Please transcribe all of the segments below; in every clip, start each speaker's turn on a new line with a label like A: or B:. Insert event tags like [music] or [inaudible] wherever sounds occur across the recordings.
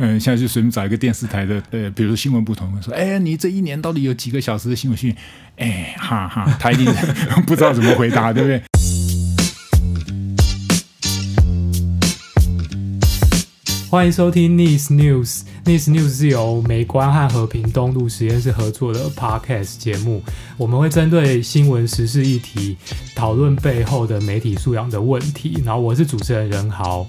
A: 嗯，现在就随便找一个电视台的，呃，比如说新闻部同仁说，哎，你这一年到底有几个小时的新闻讯？哎，哈哈，他一定 [laughs] 不知道怎么回答，对不对？
B: 欢迎收听 Nice News。Nice News 是由美观和和平东路实验室合作的 Podcast 节目，我们会针对新闻时事议题，讨论背后的媒体素养的问题。然后我是主持人任豪。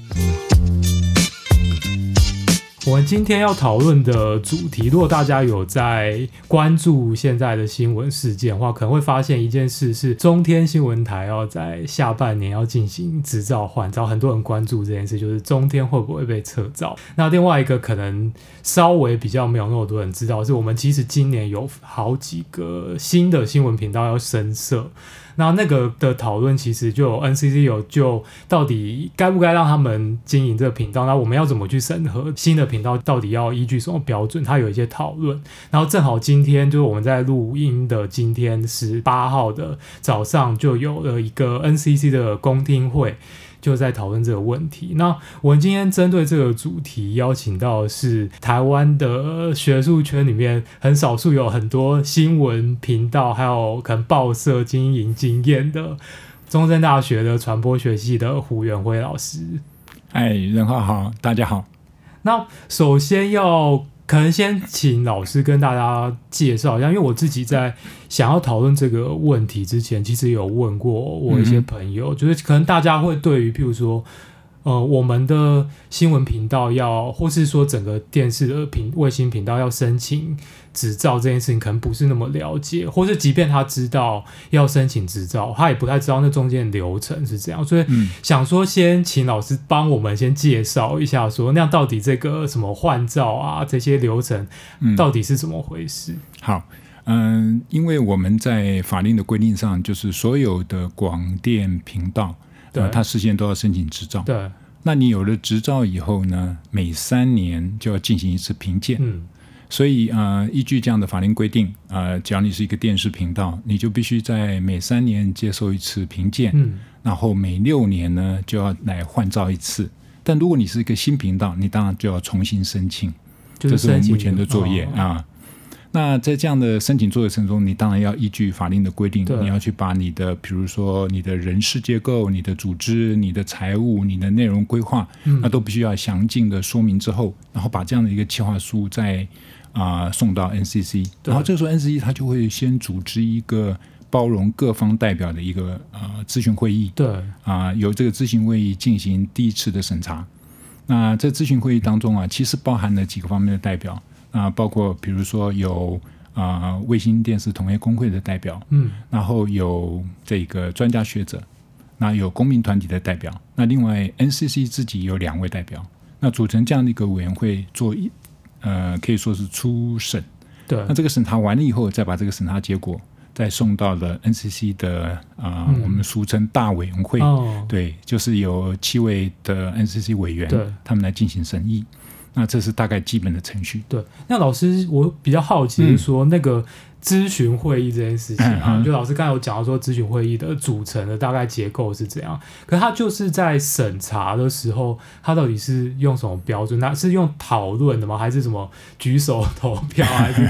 B: 我们今天要讨论的主题，如果大家有在关注现在的新闻事件的话，可能会发现一件事是中天新闻台要在下半年要进行执照换照，很多人关注这件事，就是中天会不会被撤照。那另外一个可能稍微比较没有那么多人知道，是我们其实今年有好几个新的新闻频道要深设。那那个的讨论其实就有 NCC 有就到底该不该让他们经营这个频道，那我们要怎么去审核新的频道到底要依据什么标准？它有一些讨论。然后正好今天就是我们在录音的今天十八号的早上就有了一个 NCC 的公听会。就在讨论这个问题。那我们今天针对这个主题邀请到的是台湾的学术圈里面很少数有很多新闻频道，还有可能报社经营经验的中正大学的传播学系的胡元辉老师。
A: 哎，任浩好，大家好。
B: 那首先要可能先请老师跟大家介绍一下，因为我自己在想要讨论这个问题之前，其实有问过我一些朋友，就是可能大家会对于譬如说。呃，我们的新闻频道要，或是说整个电视的频卫星频道要申请执照这件事情，可能不是那么了解，或是即便他知道要申请执照，他也不太知道那中间的流程是怎样，所以
A: 嗯
B: 想说先请老师帮我们先介绍一下说，那样到底这个什么换照啊这些流程
A: 嗯，
B: 到底是怎么回事？
A: 好，嗯，因为我们在法令的规定上，就是所有的广电频道，
B: 对
A: 呃，它事先都要申请执照。
B: 对，
A: 那你有了执照以后呢，每三年就要进行一次评鉴。
B: 嗯，
A: 所以呃，依据这样的法令规定，呃，只要你是一个电视频道，你就必须在每三年接受一次评鉴，
B: 嗯，
A: 然后每六年呢就要来换照一次。但如果你是一个新频道，你当然就要重新申请，
B: 就是
A: 这是我
B: 申
A: 们
B: 请
A: 目前的作业、
B: 哦
A: 啊。那在这样的申请作业程中，你当然要依据法令的规定
B: 对，
A: 你要去把你的，比如说你的人事结构、你的组织、你的财务、你的内容规划，
B: 嗯
A: 那都必须要详尽的说明之后，然后把这样的一个计划书再啊、送到 NCC，
B: 对
A: 然后这时候 NCC 它就会先组织一个包容各方代表的一个呃咨询会议，
B: 对，
A: 啊、由这个咨询会议进行第一次的审查。那在咨询会议当中啊，其实包含了几个方面的代表啊、包括比如说有啊、卫星电视同业工会的代表，
B: 嗯，
A: 然后有这个专家学者，那有公民团体的代表，那另外 NCC 自己有两位代表，那组成这样的一个委员会做一呃，可以说是初审。
B: 对
A: 那，这个审查完了以后，再把这个审查结果再送到了 NCC 的啊、呃
B: 嗯
A: 我们俗称大委员会，
B: 哦，
A: 对，就是有七位的 NCC 委员
B: 对，
A: 他们来进行审议。那这是大概基本的程序。
B: 对，那老师，我比较好奇是
A: 嗯
B: 说、那个咨询会议这件事情啊，
A: 嗯嗯
B: 就老师刚才有讲到说咨询会议的组成的大概结构是怎样，可他就是在审查的时候，他到底是用什么标准？那是用讨论的吗？还是什么举手投票，
A: [laughs]
B: 还是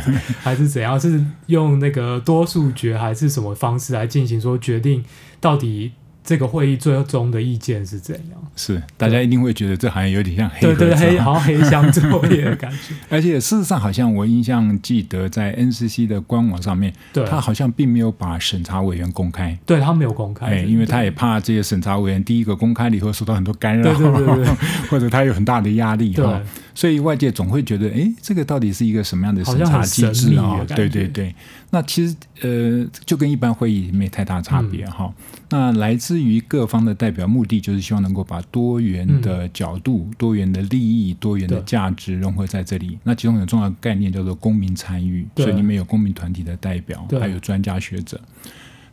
B: 还是怎样？是用那个多数决还是什么方式来进行说决定到底？这个会议最终的意见是怎样？
A: 是，大家一定会觉得这好像有点像黑盒
B: 对
A: 子
B: 对，
A: 啊
B: 黑好像黑箱作业的感
A: [laughs]
B: 觉。
A: 而且事实上，好像我印象记得在 NCC 的官网上面，
B: 对，
A: 他好像并没有把审查委员公开，
B: 对他没有公开，
A: 哎，
B: 对
A: 因为
B: 对
A: 他也怕这些审查委员第一个公开了以后受到很多干扰，
B: 对对对对
A: 或者他有很大的压力
B: 对
A: 哈，所以外界总会觉得，哎，这个到底是一个什么样的审查机
B: 好像很神秘
A: 制
B: 的
A: 啊、
B: 感觉
A: 对对对，那其实呃，就跟一般会议没太大差
B: 嗯
A: 别哈、那来自于各方的代表，目的就是希望能够把多元的
B: 嗯
A: 角度、多元的利益、多元的
B: 对
A: 价值融合在这里。那其中很重要的概念叫做公民参与，
B: 对
A: 所以里面有公民团体的代表，
B: 对
A: 还有专家学者。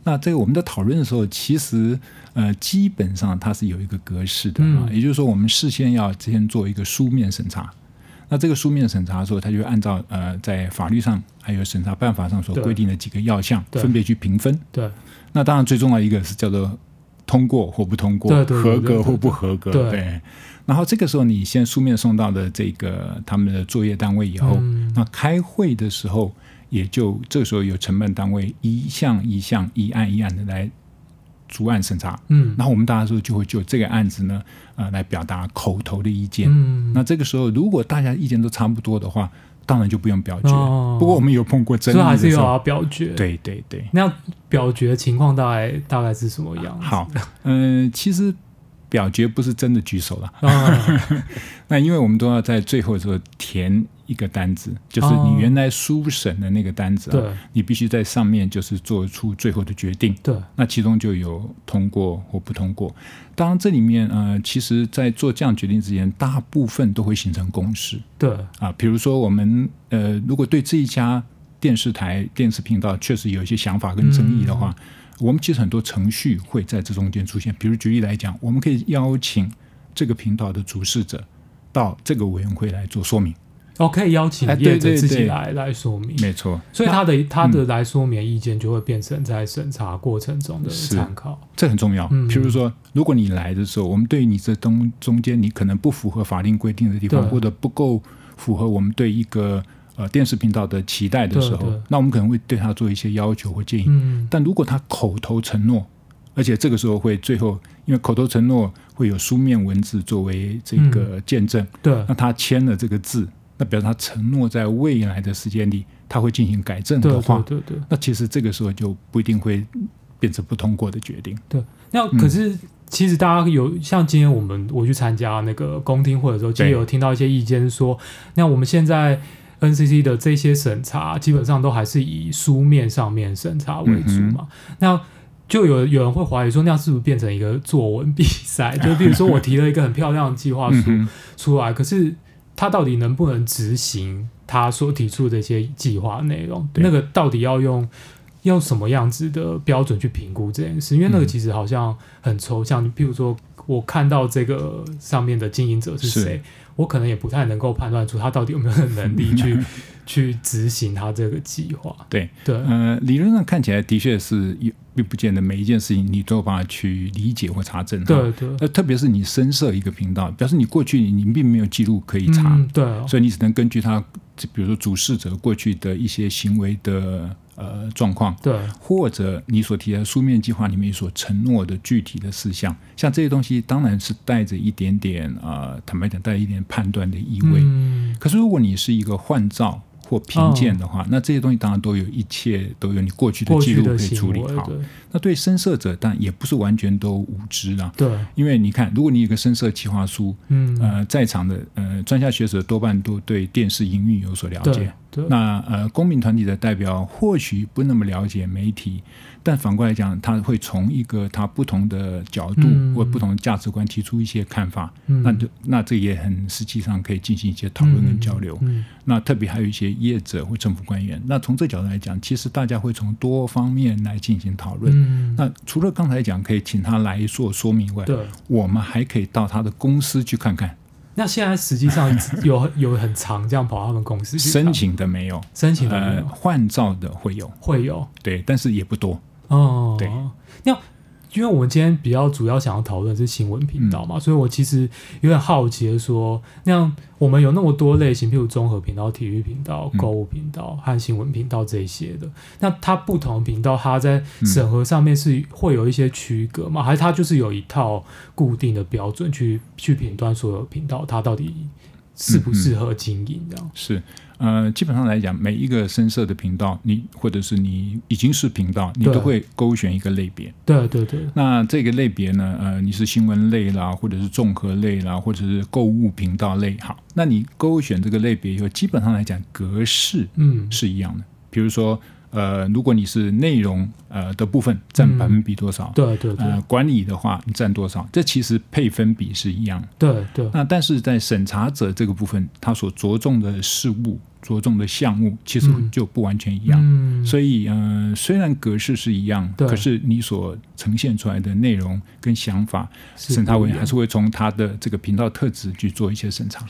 A: 那这个我们在讨论的时候，其实呃，基本上它是有一个格式的啊，
B: 嗯
A: 也就是说，我们事先要先做一个书面审查。那这个书面审查的时候，它就会按照呃在法律上还有审查办法上所
B: 对
A: 规定的几个要项，
B: 对
A: 分别去评分。
B: 对
A: 那当然最重要一个是叫做通过或不通过，
B: 对对对
A: 合
B: 对对
A: 格或不合格，
B: 对
A: 然后这个时候你先书面送到了这个他们的作业单位以后，
B: 嗯
A: 那开会的时候也就这时候有承办单位一项一项一案一案的来逐案审查。
B: 嗯
A: 然后我们大家说就会就这个案子呢，呃，来表达口头的意见。
B: 嗯，
A: 那这个时候，如果大家意见都差不多的话，当然就不用表决。
B: 哦
A: 不过我们有碰过争
B: 所
A: 议
B: 以还
A: 的
B: 是
A: 时
B: 有啊
A: 候，
B: 要表决。，
A: 对对对。
B: 那表决情况大概大概是什么样？，
A: [laughs]
B: [laughs]
A: 好，嗯、其实表决不是真的举手了，
B: 啊，
A: 那因为我们都要在最后的时候填一个单子，就是
B: 哦
A: 你原来书审的那个单子、啊，
B: 对
A: 你必须在上面就是做出最后的决定。
B: 对，
A: 那其中就有通过或不通过。当然，这里面呃，其实，在做这样决定之前，大部分都会形成共识
B: 对，
A: 啊。比如说，我们呃，如果对这一家电视台、电视频道确实有一些想法跟争议的
B: 嗯
A: 话，我们其实很多程序会在这中间出现。比如举例来讲，我们可以邀请这个频道的主事者到这个委员会来做说明。
B: 哦，可以邀请
A: 哎对
B: 业者
A: 对
B: 自己
A: 对
B: 来来说明。
A: 没错，
B: 所以
A: 那嗯
B: 他的他的来说明意见就会变成在审查过程中的
A: 是
B: 参考。
A: 这很重要。
B: 嗯
A: 譬如说，如果你来的时候，我们对你这东中间你可能不符合法令规定的地方
B: 对，
A: 或者不够符合我们对一个呃电视频道的期待的时
B: 对
A: 候
B: 对，
A: 那我们可能会对他做一些要求或建议。
B: 嗯，
A: 但如果他口头承诺，而且这个时候会最后，因为口头承诺会有书面文字作为这
B: 嗯
A: 个见证，
B: 对
A: 那他签了这个字，那表示他承诺在未来的时间里他会进行改正
B: 对
A: 的话，
B: 对对对
A: 那其实这个时候就不一定会变成不通过的决定。
B: 对。那
A: 嗯
B: 可是其实大家有像今天我们我去参加那个公听会的时候，其实
A: 对
B: 有听到一些意见说，那我们现在 NCC 的这些审查基本上都还是以书面上面审查为主
A: 嗯
B: 嘛。那就有有人会怀疑说，那是不是变成一个作文比赛？
A: [laughs]
B: 就比如说我提了一个很漂亮的计划书，
A: 嗯哼
B: 出来，可是他到底能不能执行他所提出的一些计划内容？
A: 对
B: 那个到底要用用什么样子的标准去评估这件事？因为那个
A: 嗯
B: 其实好像很抽象。譬如说，我看到这个上面的经营者是
A: 是
B: 谁，我可能也不太能够判断出他到底有没有能
A: [laughs]
B: 力去去执行他这个计划。
A: 对，
B: 对，
A: 呃，理论上看起来的确是有，并不见得每一件事情你都有办法去理解或查证。，
B: 对对，嗯
A: 呃，特别是你深设一个频道，表示你过去你并没有记录可以查，
B: 嗯，对哦，
A: 所以你只能根据他，比如说主事者过去的一些行为的呃状况，
B: 对，
A: 或者你所提的书面计划里面所承诺的具体的事项，像这些东西，当然是带着一点点呃，坦白讲，带着一点判断的意味。
B: 嗯，哦
A: 可是如果你是一个换照或评鉴的话，那这些东西当然都有一切都有你过去的
B: 过
A: 记
B: 去
A: 录可
B: 的
A: 以处
B: 行
A: 理
B: 为，
A: 好
B: 对。
A: 那对深色者，但也不是完全都无知啊。
B: 对，
A: 因为你看，如果你有一个深色企划书，
B: 嗯，
A: 呃，在场的呃专家学者多半都对电视营运有所了
B: 对
A: 解。
B: 对，
A: 那呃，公民团体的代表或许不那么了解媒体，但反过来讲，他会从一个他不同的角度
B: 嗯
A: 或不同的价值观提出一些看法，
B: 嗯
A: 那就那这也很实际上可以进行一些讨论跟交流。
B: 嗯，
A: 那特别还有一些业者或政府官员。那从这角度来讲，其实大家会从多方面来进行讨论。
B: 嗯，
A: 那除了刚才讲可以请他来做说明外，
B: 对。
A: 我们还可以到他的公司去看看
B: 那现在实际上有有很长这样跑他们公司去看
A: 申请的没有，
B: 申请的没
A: 呃，
B: 有
A: 换照的会有，
B: 会有
A: 对，但是也不多。
B: 哦。
A: 对，
B: 那因为我们今天比较主要想要讨论的是新闻频道嘛，
A: 嗯
B: 所以我其实有点好奇的说，那样我们有那么多类型，譬如综合频道、体育频道、
A: 嗯
B: 购物频道和新闻频道这一些的，那它不同频道它在审核上面是会有一些区隔吗？还是它就是有一套固定的标准去去评断所有频道它到底适
A: 嗯
B: 不
A: 嗯
B: 适合经营这样？
A: 是，呃，基本上来讲，每一个深色的频道，你或者是你已经是频道，你
B: 对
A: 都会勾选一个类别。
B: 对对对，
A: 那这个类别呢，呃，你是新闻类啦，或者是综合类啦，或者是购物频道类，好，那你勾选这个类别以后，基本上来讲格式
B: 嗯，
A: 是一样的。比如说，呃，如果你是内容呃的部分占
B: 嗯
A: 百分比多少，
B: 对对对、
A: 呃，管理的话你占多少，这其实配分比是一样的。
B: 对对，
A: 那但是在审查者这个部分，他所着重的事物、着重的项目，其实
B: 嗯
A: 就不完全一样。
B: 嗯，
A: 所以，嗯、虽然格式是一样，
B: 对
A: 可是你所呈现出来的内容跟想法，
B: 是
A: 审查
B: 不一
A: 委员还
B: 样
A: 是会从他的这个频道特质去做一些审查。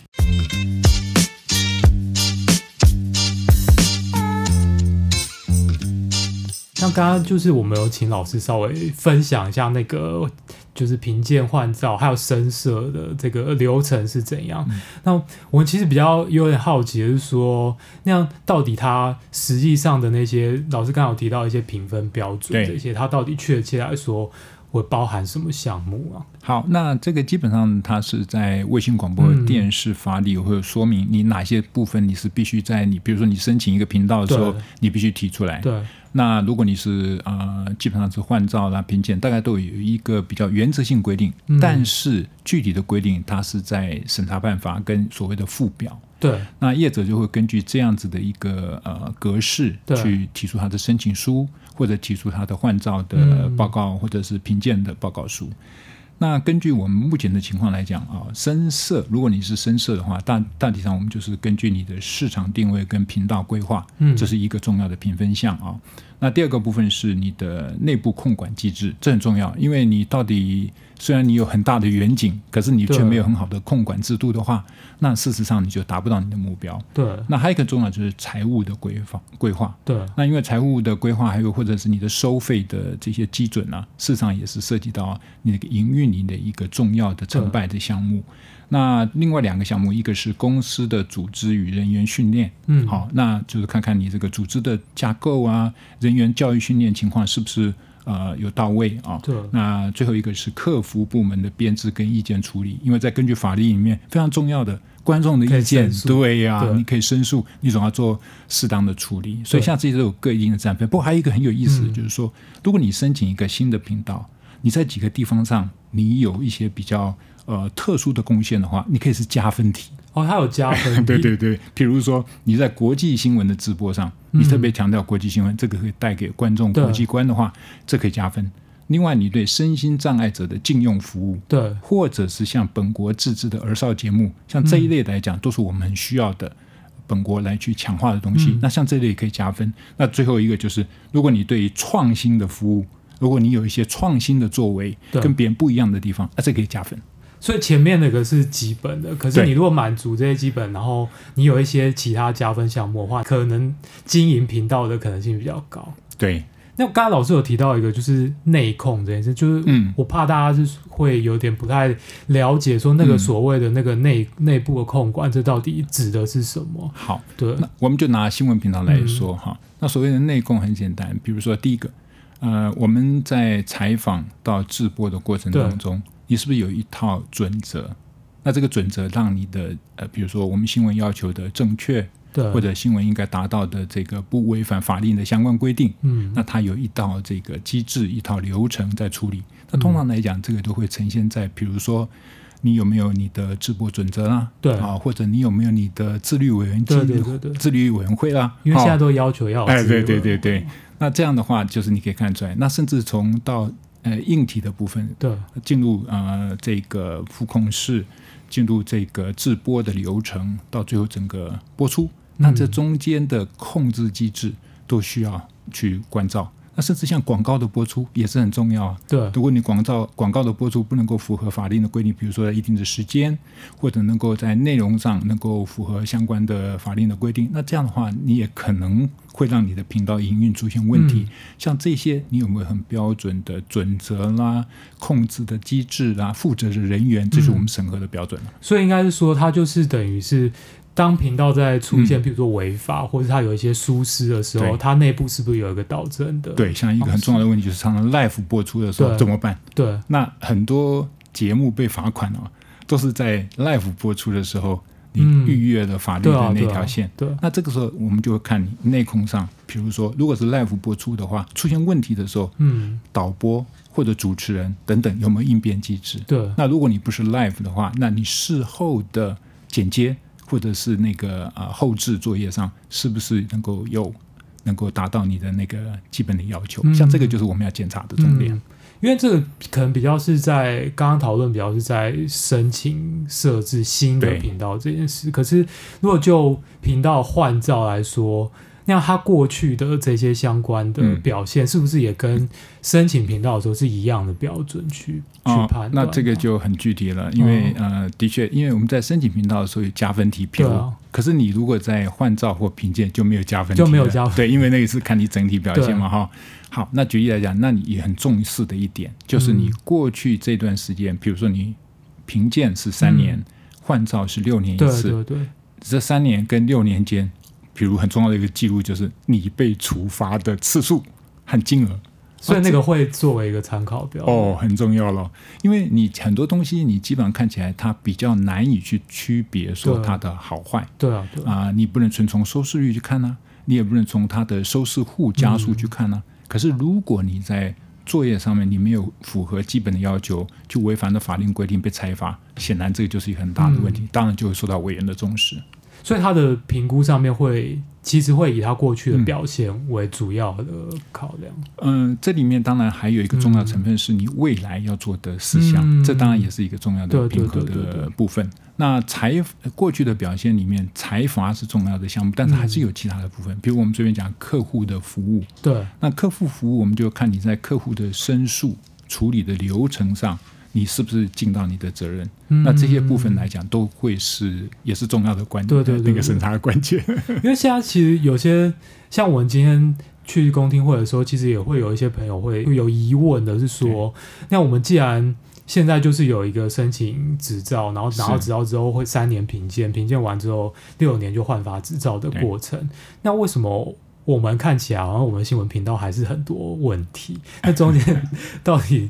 B: 那刚刚就是我们有请老师稍微分享一下那个就是评鉴换照还有申社的这个流程是怎样。
A: 嗯
B: 那我其实比较有点好奇的是说，那样到底它实际上的那些老师刚好提到一些评分标准
A: 对
B: 这些，它到底确切来说会包含什么项目啊？
A: 好，那这个基本上它是在卫星广
B: 嗯
A: 播电视法里会有说明，你哪些部分你是必须在你，比如说你申请一个频道的时候
B: 对，
A: 你必须提出来。
B: 对，
A: 那如果你是呃，基本上是换照啦、评鉴，大概都有一个比较原则性规定，
B: 嗯
A: 但是具体的规定它是在审查办法跟所谓的附表。
B: 对，
A: 那业者就会根据这样子的一个呃格式
B: 对
A: 去提出他的申请书，或者提出他的换照的
B: 嗯
A: 报告，或者是评鉴的报告书。那根据我们目前的情况来讲啊，深色，如果你是深色的话，大大体上我们就是根据你的市场定位跟频道规划，
B: 嗯
A: 这是一个重要的评分项啊。那第二个部分是你的内部控管机制，这很重要，因为你到底虽然你有很大的远景，可是你却
B: 对
A: 没有很好的控管制度的话，那事实上你就达不到你的目标。
B: 对，
A: 那还有一个重要就是财务的规划规划。
B: 对，
A: 那因为财务的规划，还有或者是你的收费的这些基准啊，事实上也是涉及到你的营运你的一个重要的成败的项目。那另外两个项目，一个是公司的组织与人员训练，
B: 嗯
A: 好，那就是看看你这个组织的架构啊，人员教育训练情况是不是呃有到位啊？
B: 对
A: 那最后一个是客服部门的编制跟意见处理，因为在根据法律里面非常重要的观众的
B: 可以
A: 意见
B: 申，诉
A: 对呀、
B: 对
A: 你可以申诉，你总要做适当的处理。所以
B: 对
A: 像这些都有各一定的占分。不过还有一个很有意思，
B: 嗯
A: 就是说，如果你申请一个新的频道，你在几个地方上你有一些比较呃特殊的贡献的话，你可以是加分题。
B: 哦，它有加分题，
A: [laughs] 对对对，比如说你在国际新闻的直播上，你
B: 嗯
A: 特别强调国际新闻，这个可以带给观众国际观的话，这可以加分。另外，你对身心障碍者的禁用服务，
B: 对，
A: 或者是像本国自制的儿少节目，像这
B: 嗯
A: 一类来讲，都是我们很需要的本国来去强化的东西。
B: 嗯
A: 那像这类也可以加分。那最后一个就是，如果你对于创新的服务，如果你有一些创新的作为，
B: 对
A: 跟别人不一样的地方，那这可以加分。
B: 所以前面那个是基本的，可是
A: 对
B: 你如果满足这些基本，然后你有一些其他加分项目的话，可能经营频道的可能性比较高。
A: 对，
B: 那刚才老师有提到一个，就是内控这件事，就是
A: 嗯，
B: 我怕大家是会有点不太了解，说那个
A: 嗯
B: 所谓的那个内内部的控管，这到底指的是什么？
A: 好。
B: 对，
A: 那我们就拿新闻频道来说
B: 嗯
A: 哈，那所谓的内控很简单，比如说第一个，呃，我们在采访到直播的过程当中，你是不是有一套准则？那这个准则让你的呃，比如说我们新闻要求的正确，
B: 对，
A: 或者新闻应该达到的这个不违反法令的相关规定，
B: 嗯，
A: 那它有一套这个机制，一套流程在处理。那通
B: 嗯
A: 常来讲，这个都会呈现在，比如说你有没有你的直播准则啦，
B: 对
A: 啊，或者你有没有你的自律委员机
B: 对对对对，
A: 自律委员会啦，
B: 因为现在
A: 哦
B: 都要求要有
A: 哎，
B: 自由
A: 对对对对，那这样的话，就是你可以看出来，那甚至从到呃硬体的部分，
B: 对
A: 进入呃这个副控室，进入这个制播的流程，到最后整个播出，那这中间的控制机制都需要去关照。那甚至像广告的播出也是很重要啊。
B: 对
A: 如果你广告广告的播出不能够符合法令的规定，比如说在一定的时间，或者能够在内容上能够符合相关的法令的规定，那这样的话，你也可能会让你的频道营运出现问题。
B: 嗯
A: 像这些，你有没有很标准的准则啦、控制的机制啦、负责的人员，这是我们审核的标准了。
B: 所以应该是说，它就是等于是当频道在出现，比如说违法，或者它有一些疏失的时候，
A: 嗯对
B: 它内部是不是有一个导正的？
A: 对，像一个很重要的问题就是，常常 live 播出的时候
B: 对
A: 怎么办？
B: 对
A: 那很多节目被罚款哦，都是在 live 播出的时候，你
B: 嗯
A: 逾越了法律
B: 对
A: 的
B: 啊，
A: 那
B: 对啊
A: 条线。
B: 对
A: 那这个时候，我们就会看你内控上，比如说，如果是 live 播出的话，出现问题的时候，
B: 嗯，
A: 导播或者主持人等等有没有应变机制？
B: 对
A: 那如果你不是 live 的话，那你事后的剪接或者是那个呃后置作业上，是不是能够有能够达到你的那个基本的要求？
B: 嗯
A: 像这个就是我们要检查的重点。
B: 嗯。因为这个可能比较是在刚刚讨论，比较是在申请设置新的
A: 对
B: 频道这件事。可是如果就频道换照来说，那他过去的这些相关的
A: 嗯
B: 表现，是不是也跟申请频道的时候是一样的标准去、去啊判
A: 哦
B: 断、
A: 那这个就很具体了，因
B: 哦
A: 为、呃，的确，因为我们在申请频道的时候有加分题
B: 对
A: 标，
B: 啊，
A: 可是你如果在换照或评鉴就没有加分题
B: 就
A: 了，
B: 没有加分
A: 对，因为那个是看你整体表
B: 对
A: 现嘛，哈。好，那举例来讲，那你也很重视的一点就是你过去这段时间，比如说你评鉴是三年，换照是六年一
B: 嗯对
A: 次，
B: 对对，
A: 这三年跟六年间，比如很重要的一个记录就是你被处罚的次数和金额。
B: 所以那个会作为一个参考标。
A: 哦，很重要咯，因为你很多东西，你基本上看起来它比较难以去区别说
B: 对
A: 它的好坏
B: 对啊，对啊，
A: 啊、你不能纯从收视率去看啊，你也不能从它的收视户
B: 嗯
A: 家数去看啊。可是如果你在作业上面你没有符合基本的要求，就违反了法令规定被裁罚，显然这个就是一个很大的问题，
B: 嗯
A: 当然就会受到委员的重视。
B: 所以他的评估上面会其实会以他过去的表现为主要的考量。
A: 嗯、这里面当然还有一个重要成分是你未来要做的事项，
B: 嗯
A: 这当然也是一个重要
B: 对
A: 的
B: 对
A: 评核
B: 对对对
A: 的部分。那财过去的表现里面，财阀是重要的项目，但是还
B: 嗯
A: 是有其他的部分，比如我们这边讲客户的服务，
B: 对，
A: 那客户服务我们就看你在客户的申诉处理的流程上，你是不是尽到你的责任。
B: 嗯
A: 那这些部分来讲，都会是也是重要的关
B: 对对对对
A: 那个审查的关
B: [laughs]
A: 键。
B: 因为现在其实有些像我们今天去公听会的时候，其实也会有一些朋友会会有疑问的，是说，那我们既然现在就是有一个申请执照，然后拿到
A: 是
B: 执照之后会三年评鉴，评鉴完之后六年就换发执照的过程，那为什么？我们看起来好像我们新闻频道还是很多问题， [laughs] 那中间到底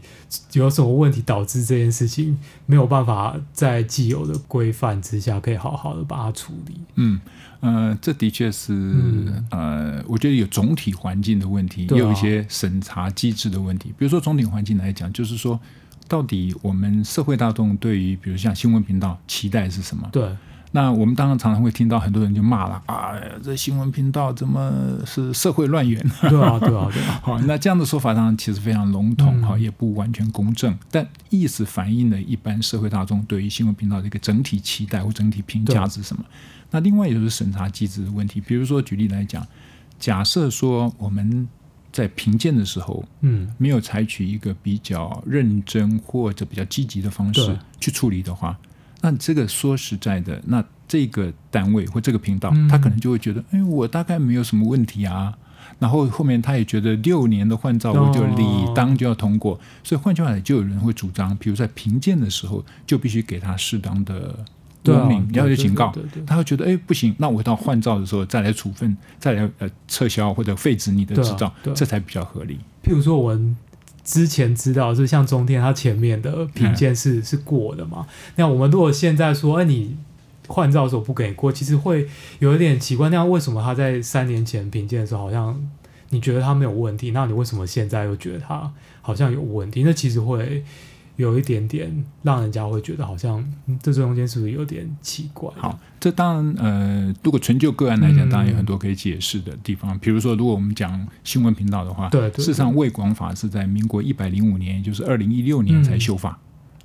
B: 有什么问题导致这件事情没有办法在既有的规范之下可以好好的把它处理？
A: 嗯，呃，这的确是、
B: 嗯
A: 呃，我觉得有总体环境的问题，
B: 对啊
A: 也有一些审查机制的问题。比如说总体环境来讲，就是说，到底我们社会大众对于比如像新闻频道期待是什么？
B: 对，
A: 那我们当然常常会听到很多人就骂了啊，这新闻频道怎么是社会乱源？
B: [laughs] 对啊，对啊，对啊。
A: 好，那这样的说法当然其实非常笼统
B: 嗯
A: 哈，也不完全公正，但意思反映了一般社会大众对于新闻频道的一个整体期待或整体评价是什么。那另外也就是审查机制的问题，比如说举例来讲，假设说我们在评鉴的时候
B: 嗯
A: 没有采取一个比较认真或者比较积极的方
B: 对
A: 式去处理的话，那这个说实在的，那这个单位或这个频道，
B: 嗯
A: 他可能就会觉得，哎，我大概没有什么问题啊。然后后面他也觉得六年的换照，
B: 哦
A: 我就理当就要通过，所以换句话来，就有人会主张，比如在评鉴的时候，就必须给他适当的，
B: 对啊
A: warning，
B: 对
A: 要有警告
B: 对对对对。
A: 他会觉得，哎，不行，那我到换照的时候再来处分，再来呃撤销或者废止你的
B: 对啊
A: 执照
B: 对啊，
A: 这才比较合理。
B: 譬如说，我们之前知道，就像中天他前面的评鉴
A: 嗯
B: 是、是过的嘛。那我们如果现在说，哎、你换照的时候不给过，其实会有一点奇怪。那样为什么他在三年前评鉴的时候，好像你觉得他没有问题，那你为什么现在又觉得他好像有问题？那其实会。有一点点让人家会觉得好像、嗯、这中间是不是有点奇怪？
A: 好，这当然，呃，如果纯就个案来讲，
B: 嗯
A: 当然有很多可以解释的地方。比如说，如果我们讲新闻频道的话，
B: 对对对
A: 事实上，卫广法是在民国一百零五年，也就是二零一六
B: 嗯
A: 年才修法。
B: 啊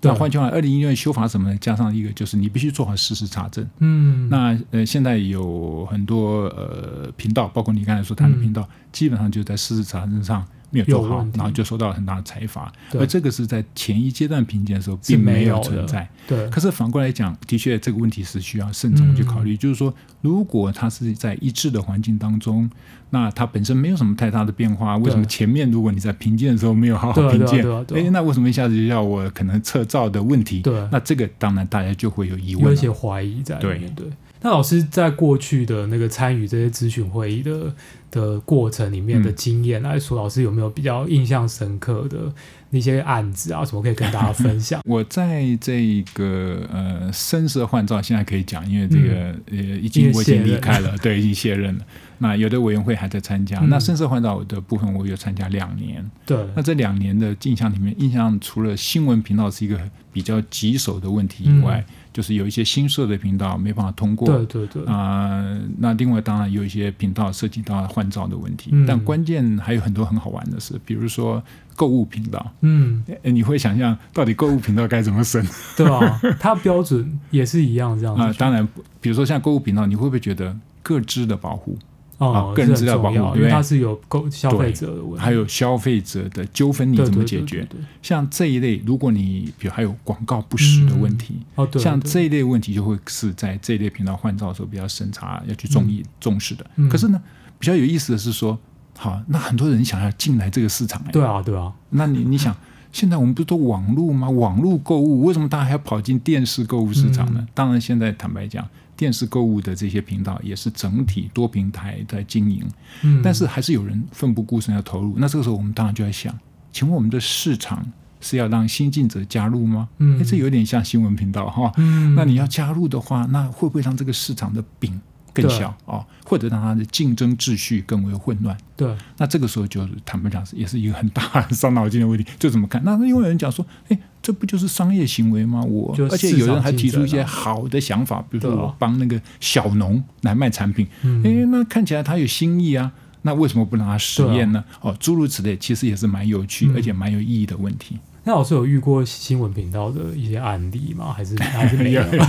A: 那换句话，二零一六年修法什么呢？加上一个就是你必须做好事实查证。
B: 嗯，
A: 那呃，现在有很多呃频道，包括你刚才所谈的频道，基本上就在事实查证上没有做
B: 嗯有
A: 好
B: 问，题
A: 然后就受到了很大的裁罚。
B: 对
A: 而这个是在前一阶段评鉴的时候
B: 是
A: 并
B: 没
A: 没
B: 有
A: 有
B: 的
A: 存在。
B: 对，
A: 可是反过来讲，的确这个问题是需要慎重去
B: 嗯
A: 考虑。就是说，如果它是在一致的环境当中，那它本身没有什么太大的变化，为什么前面如果你在评鉴的时候没有好
B: 对
A: 好
B: 啊
A: 评鉴
B: 对啊对啊对啊，
A: 诶，那为什么一下子就要我可能撤照的问题？
B: 对
A: 那这个当然大家就会有疑
B: 有
A: 问
B: 一
A: 了。
B: 些怀疑在里面。对，那老师在过去的那个参与这些咨询会议的的过程里面的
A: 嗯？
B: 经验来说，老师有没有比较印象深刻的那些案子啊，什么可以跟大家分享
A: [laughs] 我在这个呃深色换照，现在可以讲，因为这个、呃已经
B: 嗯因为
A: 我已经
B: 卸任
A: 离开了，对，已经卸任了。那有的委员会还在参加，
B: 嗯
A: 那深色换照的部分我有参加两年。
B: 对，
A: 那这两年的印象里面，印象除了新闻频道是一个比较棘手的问题以外，就是有一些新设的频道没办法通过。
B: 嗯对对对，
A: 啊、那另外当然有一些频道涉及到换照的问题，
B: 嗯
A: 但关键还有很多很好玩的事，比如说购物频道，
B: 嗯，
A: 诶你会想象到底购物频道该怎么
B: [laughs]
A: 审
B: 对啊，它标准也是一样这样
A: 啊、
B: 子去。
A: 当然，比如说像购物频道，你会不会觉得各自的保护？
B: 哦
A: 啊，
B: 这
A: 个人
B: 很
A: 资料
B: 重
A: 保护
B: 要，因
A: 对不
B: 为
A: 对
B: 它是有购消费者的问题，
A: 还有消费者的纠纷你
B: 对
A: 怎么
B: 对
A: 解
B: 对
A: 决
B: 对？对
A: 像这一类，如果你比如还有广告不实的问题，
B: 哦，对，
A: 像
B: 对
A: 这一类问题就会是在这一类频道换照的时候比较审查要去重意、重视的
B: 嗯。
A: 可是呢，比较有意思的是说，好，那很多人想要进来这个市场、哎，
B: 对啊，对啊，
A: 那你你想，现在我们不是都网络吗？网络购物为什么大家还要跑进电视购物市场呢？
B: 嗯
A: 当然，现在坦白讲，电视购物的这些频道也是整体多平台在经营，
B: 嗯，
A: [laughs] 但是还是有人奋不顾身要投入。那这个时候，我们当然就在想，请问我们的市场是要让新进者加入吗？
B: 嗯
A: 诶这有点像新闻频道哈。
B: 嗯，
A: 那你要加入的话，那会不会让这个市场的饼更
B: 对
A: 小哦，或者让它的竞争秩序更为混乱？
B: 对，
A: 那这个时候就是坦白讲，是也是一个很大很伤脑筋的问题，就怎么看？那因为有人讲说，哎，这不就是商业行为吗？我
B: 就是
A: 而且
B: 市
A: 有人
B: 场
A: 还
B: 竞
A: 提出一
B: 争
A: 些
B: 啊
A: 好的想法，比如说
B: 对啊
A: 我帮那个小农来卖产品，
B: 嗯
A: 哎，那看起来他有新意啊，那为什么不让他实
B: 对啊
A: 验呢？哦，诸如此类，其实也是蛮有趣
B: 嗯
A: 而且蛮有意义的问题。
B: 那老师有遇过新闻频道的一些案例吗？还是还是没
A: 有 [laughs]
B: 有？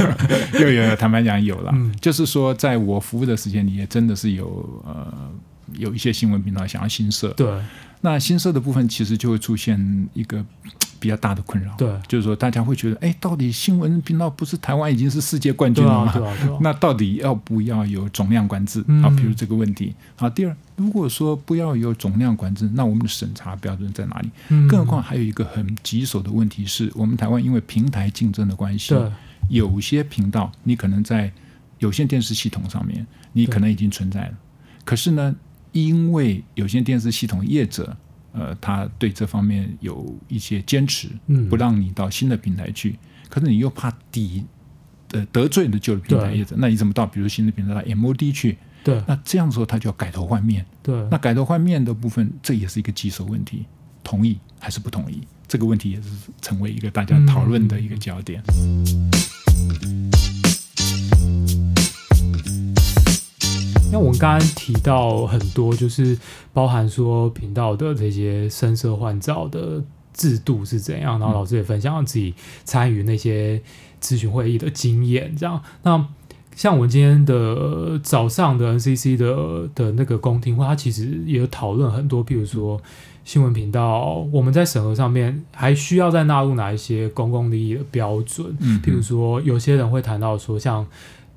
A: 有有有，坦白讲有啦，
B: 嗯
A: 就是说，在我服务的时间里，也真的是有呃有一些新闻频道想要新设，
B: 对
A: 那新设的部分其实就会出现一个比较大的困扰，，
B: 对
A: 就是说大家会觉得，哎，到底新闻频道不是台湾已经是世界冠军
B: 对
A: 了
B: 啊
A: 吗？
B: 对啊对啊，
A: 那到底要不要有总量管制
B: 嗯
A: 啊？比如这个问题。好，第二，如果说不要有总量管制，那我们的审查标准在哪里？
B: 嗯
A: 更何况还有一个很棘手的问题是，我们台湾因为平台竞争的关系，
B: 对
A: 有些频道你可能在有线电视系统上面，你可能已经存在了，可是呢，因为有线电视系统业者，呃，他对这方面有一些坚持，
B: 嗯
A: 不让你到新的平台去，可是你又怕抵呃得罪了旧的平台
B: 对
A: 业者，那你怎么到比如新的平台到 MOD 去？
B: 对
A: 那这样的时候他就要改头换面，
B: 对
A: 那改头换面的部分，这也是一个棘手问题，同意还是不同意？这个问题也是成为一个大家讨论的一个焦点。
B: 那我们刚刚提到很多，就是包含说频道的这些声色换照的制度是怎样，然后老师也分享自己参与那些咨询会议的经验，这样。那像我们今天的呃早上的 NCC 的的那个公听会，它其实也有讨论很多，譬如说新闻频道，我们在审核上面还需要再纳入哪一些公共利益的标准，
A: 嗯
B: 譬如说，有些人会谈到说，像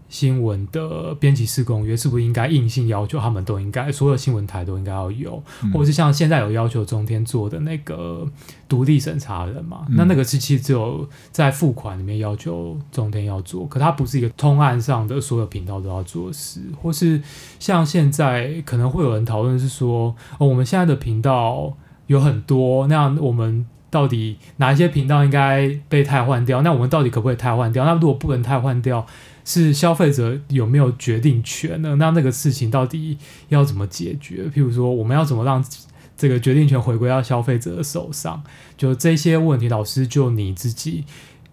B: 新闻的编辑室公约是不是应该硬性要求他们都应该所有新闻台都应该要有，
A: 嗯
B: 或者是像现在有要求中天做的那个独立审查人嘛？那
A: 嗯
B: 那个是其实只有在付款里面要求中天要做，可它不是一个通案上的所有频道都要做的事，或是像现在可能会有人讨论是说，哦，我们现在的频道有很多，那我们到底哪一些频道应该被汰换掉？那我们到底可不可以汰换掉？那如果不能汰换掉，是消费者有没有决定权呢？那那个事情到底要怎么解决？譬如说，我们要怎么让这个决定权回归到消费者的手上？就这些问题，老师就你自己。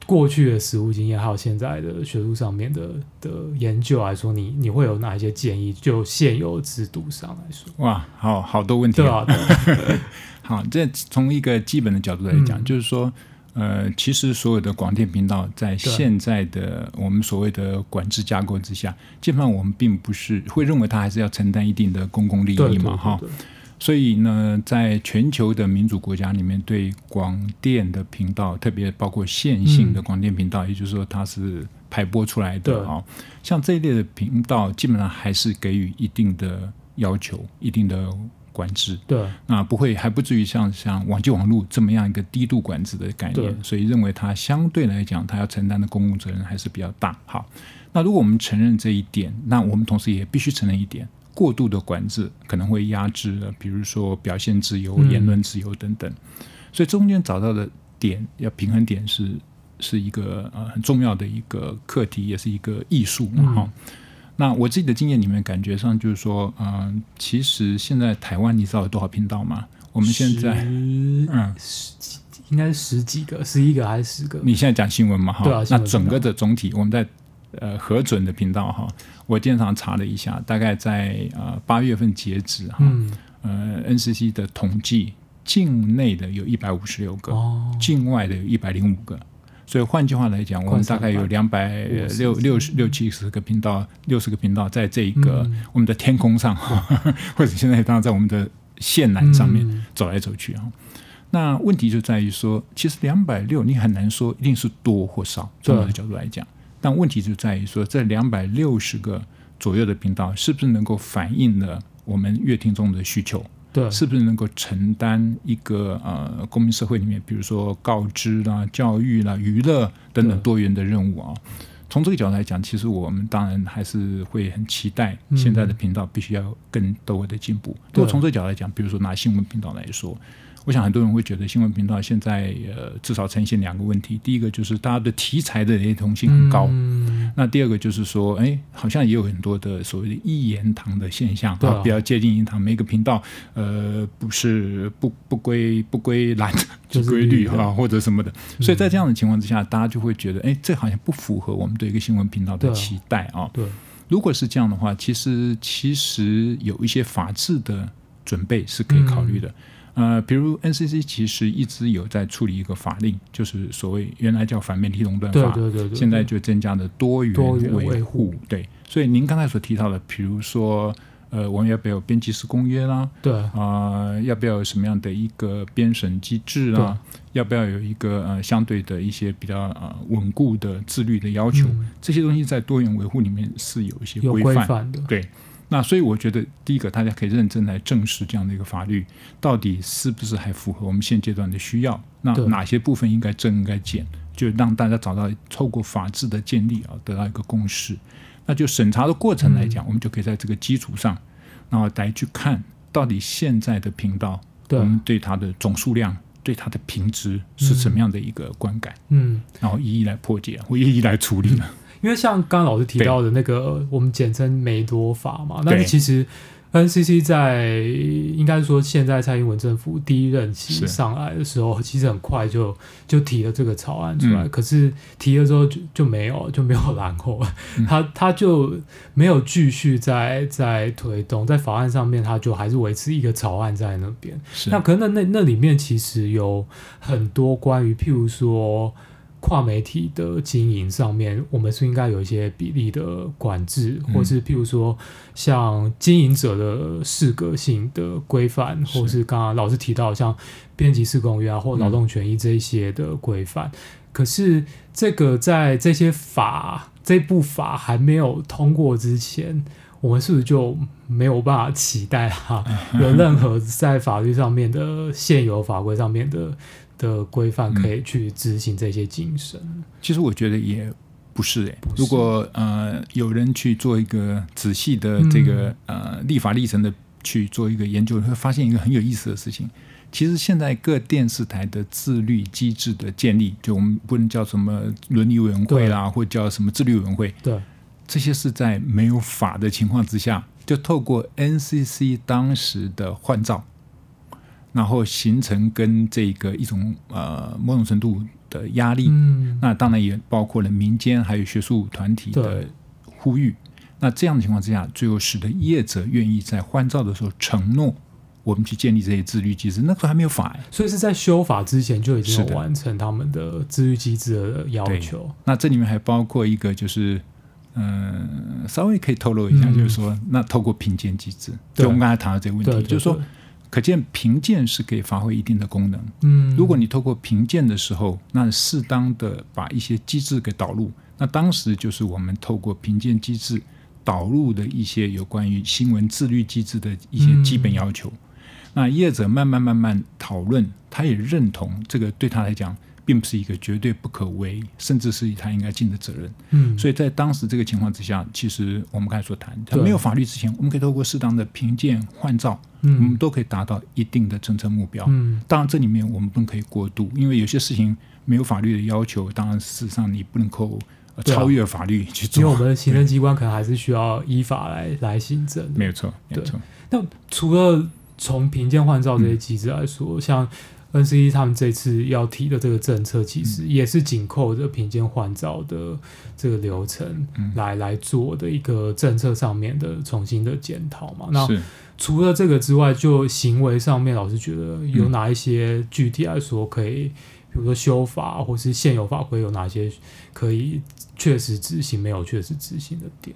B: 过去的实务经验，还有现在的学术上面的的研究来说，你你会有哪一些建议？就现有制度上来说，
A: 哇，好好多问题、
B: 对啊，对啊
A: 好，这从一个基本的角度来讲，
B: 嗯
A: 就是说，呃，其实所有的广电频道在
B: 对
A: 现在的我们所谓的管制架构之下，基本上我们并不是会认为它还是要承担一定的公共利
B: 对
A: 益
B: 对
A: 嘛，哈
B: 对。对
A: 所以呢，在全球的民主国家里面，对广电的频道，特别包括线性的广电频道，也就是说它是排播出来的
B: 对
A: 哦，像这一类的频道，基本上还是给予一定的要求、一定的管制。
B: 对，
A: 啊，不会，还不至于像像网际网络这么样一个低度管制的概念
B: 对，
A: 所以认为它相对来讲，它要承担的公共责任还是比较大。好，那如果我们承认这一点，那我们同时也必须承认一点，过度的管制可能会压制了，比如说表现自由、
B: 嗯
A: 言论自由等等。所以中间找到的点，要平衡点是是一个呃很重要的一个课题，也是一个艺术嘛
B: 嗯
A: 哈。那我自己的经验里面，感觉上就是说，嗯、其实现在台湾你知道有多少频道吗？我
B: 我
A: 们现在，
B: 十
A: 嗯，
B: 十几应该是十几个，十一个还是十个？
A: 你现在讲新闻嘛，哈、
B: 对啊新
A: 那
B: 闻
A: 整个
B: 频
A: 的总体，我们在呃核准的频道哈，我经常查了一下，大概在呃八月份截止哈，
B: 嗯
A: 呃 NCC 的统计，境内的有一百五十六个，
B: 哦，
A: 境外的有一百零五个。所以换句话来讲，我们大概有两百六六十六七十个频道，六十个频道在这一个
B: 嗯
A: 我们的天空上， [laughs] 或者现在当然在我们的线缆上面
B: 嗯
A: 走来走去啊。那问题就在于说，其实两百六你很难说一定是多或少，
B: 对
A: 从我的角度来讲，但问题就在于说，这两百六十个左右的频道是不是能够反映了我们乐听众的需求？
B: 对，
A: 是不是能够承担一个呃公民社会里面，比如说告知啦、教育啦、娱乐等等
B: 对
A: 多元的任务啊、从这个角度来讲，其实我们当然还是会很期待
B: 嗯
A: 现在的频道必须要更多的进步。如
B: 对
A: 果从这个角度来讲，比如说拿新闻频道来说，我想很多人会觉得新闻频道现在呃至少呈现两个问题，第一个就是大家的题材的雷同性很高。
B: 嗯
A: 那第二个就是说，哎，好像也有很多的所谓的一言堂的现象，
B: 对啊
A: 比较接近一言堂。每个频道，呃，不是不不归不归蓝，
B: [laughs] 就是
A: 归
B: 绿
A: 绿
B: 的
A: 啊，或者什么的。所以在这样的情况之下，大家就会觉得，哎，这好像不符合我们对一个新闻频道
B: 对
A: 的
B: 啊
A: 期待啊。
B: 对，
A: 如果是这样的话，其实其实有一些法制的准备是可以考虑的。
B: 嗯
A: 呃，比如 NCC 其实一直有在处理一个法令，就是所谓原来叫反媒体垄断法，
B: 对对对对，
A: 现在就增加了多元
B: 多元维
A: 维
B: 护
A: 护。对，所以您刚才所提到的，比如说，呃，我们要不要有编辑室公约啦？
B: 对
A: 啊、要不要有什么样的一个编审机制啊？要不要有一个呃相对的一些比较呃稳固的自律的要求？
B: 嗯
A: 这些东西在多元维护里面是有一些
B: 有
A: 规
B: 规
A: 范。
B: 范的，
A: 对，那所以我觉得第一个，大家可以认真来正视这样的一个法律，到底是不是还符合我们现阶段的需要？那
B: 对
A: 哪些部分应该增，应该减？就让大家找到透过法治的建立啊，得到一个共识。那就审查的过程来
B: 嗯
A: 讲，我们就可以在这个基础上，然后来去看到底现在的频道，
B: 对
A: 我们对它的总数量、对它的评值是什么样的一个观感，
B: 嗯。
A: 然后一一来破解或一一来处理呢？ [laughs]
B: 因为像刚刚老师提到的那个，呃我们简称梅多法嘛，
A: 对
B: 但是其实 NCC 在应该说现在蔡英文政府第一任期
A: 是
B: 上来的时候，其实很快就就提了这个草案出来，
A: 嗯
B: 可是提了之后就就没有 [laughs] 就没有然后了，
A: 嗯
B: 他他就没有继续在在推动，在法案上面他就还是维持一个草案在那边。
A: 是
B: 那可能那那那里面其实有很多关于，譬如说跨媒体的经营上面，我们是应该有一些比例的管制，
A: 嗯
B: 或是譬如说像经营者的适格性的规范，
A: 是
B: 或是刚刚老师提到像编辑事公约啊或
A: 嗯
B: 劳动权益这一些的规范。可是这个在这些法这部法还没有通过之前，我们是不是就没有办法期待它、
A: [laughs]
B: 有任何在法律上面的现有法规上面的的规范可以去执行这些精神？
A: 其实我觉得也不是诶、
B: 是
A: 如果呃有人去做一个仔细的这个、呃立法历程的去做一个研究，会发现一个很有意思的事情。其实现在各电视台的自律机制的建立，就我们不能叫什么伦理委员会啦，或叫什么自律委员会，
B: 对，
A: 这些是在没有法的情况之下，就透过 NCC 当时的换照，然后形成跟这个一种呃某种程度的压力
B: 嗯，
A: 那当然也包括了民间还有学术团体的
B: 对
A: 呼吁。那这样的情况之下，最后使得业者愿意在换照的时候承诺我们去建立这些自律机制。那时候还没有法、哎
B: 所以是在修法之前就已经
A: 是
B: 有
A: 的
B: 完成他们的自律机制的要求。
A: 那这里面还包括一个就是，嗯、稍微可以透露一下，
B: 嗯
A: 就是说，那透过评鉴机制，
B: 对
A: 就我们刚才谈到这个问题，
B: 对对
A: 就是说
B: 对，
A: 可见评鉴是可以发挥一定的功能。
B: 嗯，
A: 如果你透过评鉴的时候，那适当的把一些机制给导入，那当时就是我们透过评鉴机制导入的一些有关于新闻自律机制的一些基本要求。
B: 嗯
A: 那业者慢慢慢慢讨论，他也认同这个对他来讲，并不是一个绝对不可为，甚至是他应该尽的责任。
B: 嗯，
A: 所以在当时这个情况之下，其实我们刚才所谈，在
B: 对
A: 没有法律之前，我们可以透过适当的评鉴换照，我们
B: 嗯
A: 都可以达到一定的政策目标。
B: 嗯
A: 当然，这里面我们不能可以过度，因为有些事情没有法律的要求，当然事实上你不能够、呃
B: 对啊
A: 超越法律去
B: 因为我
A: 做。
B: 们的行政机关可能还是需要依法来来行政。
A: [laughs] 没有错，没有错。
B: 那除了从评鉴换照这些机制来
A: 嗯
B: 说，像 NCE 他们这次要提的这个政策，其
A: 嗯
B: 实也是紧扣着评鉴换照的这个流程
A: 嗯
B: 来、来做的一个政策上面的重新的检讨嘛。那
A: 是
B: 除了这个之外，就行为上面，老师觉得有哪一些具体来说可以比如说修法或是现有法规有哪些可以确实执行，没有确实执行的点。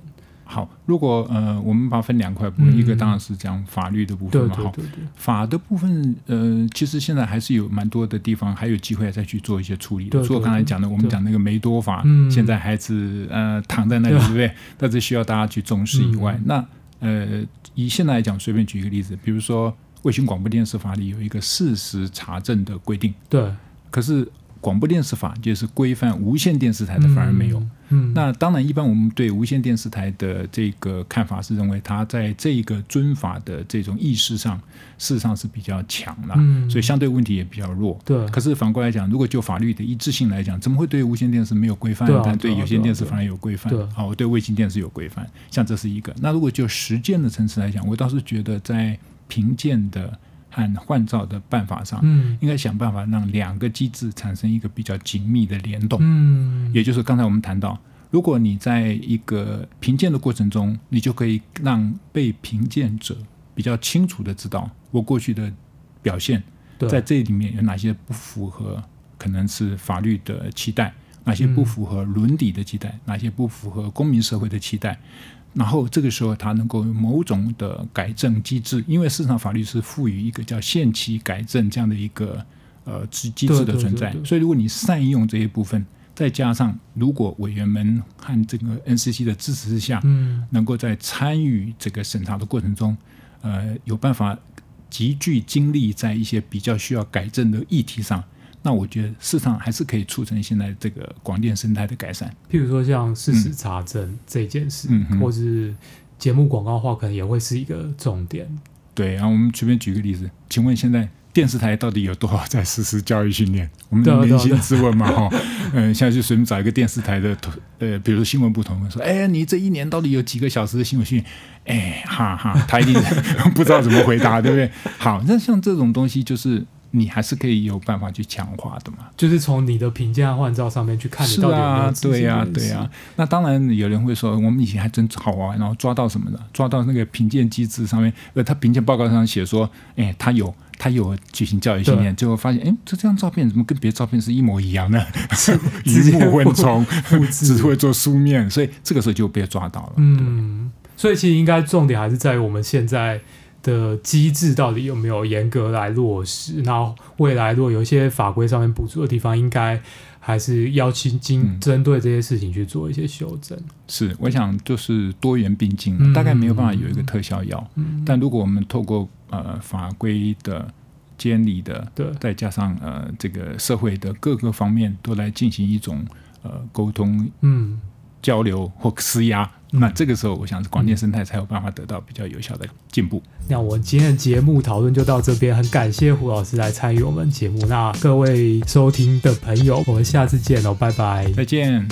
A: 好，如果呃，我们把它分两块部分，
B: 嗯
A: 一个当然是讲法律的部分
B: 对
A: 嘛，
B: 对
A: 好，
B: 对对，
A: 法的部分，呃，其实现在还是有蛮多的地方还有机会再去做一些处理的。
B: 对对
A: 除了刚才
B: 对
A: 讲的，我
B: 对
A: 们讲那个梅多法，
B: 嗯
A: 现在还是呃躺在那里，
B: 对
A: 对
B: 啊
A: 不对？但是需要大家去重视以外，
B: 嗯
A: 那呃，以现在来讲，随便举一个例子，比如说《卫星广播电视法》里有一个事实查证的规定，
B: 对，
A: 可是广播电视法就是规范无线电视台哎的，反而没有。
B: 嗯。嗯，
A: 那当然，一般我们对无线电视台的这个看法是认为，它在这一个遵法的这种意识上，事实上是比较强啦，
B: 嗯
A: 所以相对问题也比较弱。
B: 对
A: 可是反过来讲，如果就法律的一致性来讲，怎么会对无线电视没有规范，
B: 对啊
A: 但
B: 对
A: 对
B: 啊
A: 有线电视反而有规范？
B: 对啊
A: 哦，对卫星电视有规范，像这是一个。那如果就实践的层次来讲，我倒是觉得在评鉴的和换照的办法上，
B: 嗯
A: 应该想办法让两个机制产生一个比较紧密的联动。
B: 嗯
A: 也就是刚才我们谈到，如果你在一个评鉴的过程中，你就可以让被评鉴者比较清楚的知道我过去的表现
B: 对
A: 在这里面有哪些不符合，可能是法律的期待，哪些不符合伦理的期待，哪些不符合公民社会的期待。然后这个时候，他能够有某种的改正机制，因为市场法律是赋予一个叫限期改正这样的一个呃机机制
B: 对
A: 的
B: 对
A: 存
B: 对
A: 在
B: 对，
A: 所以如果你善用这些部分，再加上如果委员们和这个 NCC 的支持之下，
B: 嗯
A: 能够在参与这个审查的过程中，呃，有办法集聚精力在一些比较需要改正的议题上，那我觉得市场还是可以促成现在这个广电生态的改善。
B: 譬如说像事实查证这件事，
A: 嗯哼
B: 或是节目广告化，可能也会是一个重点。
A: 对，然后我们随便举个例子，请问现在电视台到底有多少在实施教育训练？我们
B: 对啊对啊
A: 扪
B: 对
A: 心
B: 啊
A: 自问嘛，哈，嗯，现在就随便找一个电视台的同，呃，比如说新闻部同仁说，哎，你这一年到底有几个小时的新闻训练？哎，哈哈，他一定 [laughs] 不知道怎么回答，对不对？好，那像这种东西，就是你还是可以有办法去强化的嘛。
B: 就是从你的评价换照上面去看你
A: 是
B: 到底有没有
A: 啊
B: 执，行
A: 对呀、
B: 这件
A: 对
B: 事
A: 呀、那当然，有人会说，我们以前还真好玩，然后抓到什么呢？抓到那个评鉴机制上面，呃，他评鉴报告上写说，哎，他有他有举行教育训练，结果发现，哎，这张照片怎么跟别的照片是一模一 [laughs] 样的？
B: 直
A: 鱼
B: 接
A: 目混充，只
B: 制
A: 会做书面，所以这个时候就被抓到了。
B: 嗯，所以其实应该重点还是在于我们现在的机制到底有没有严格来落实。那未来如果有一些法规上面不足的地方，应该还是要去经
A: 嗯
B: 针对这些事情去做一些修正。
A: 是，我想就是多元并进，
B: 嗯
A: 大概没有办法有一个特效药。
B: 嗯，
A: 但如果我们透过呃法规的监理的
B: 对，
A: 再加上呃这个社会的各个方面都来进行一种呃沟通、
B: 嗯。
A: 交流或施压，
B: 嗯
A: 那这个时候我想是广电生态才有办法得到比较有效的进步。
B: 那我们今天的节目讨论就到这边，很感谢胡老师来参与我们节目。那各位收听的朋友，我们下次见喽，拜拜。
A: 再见。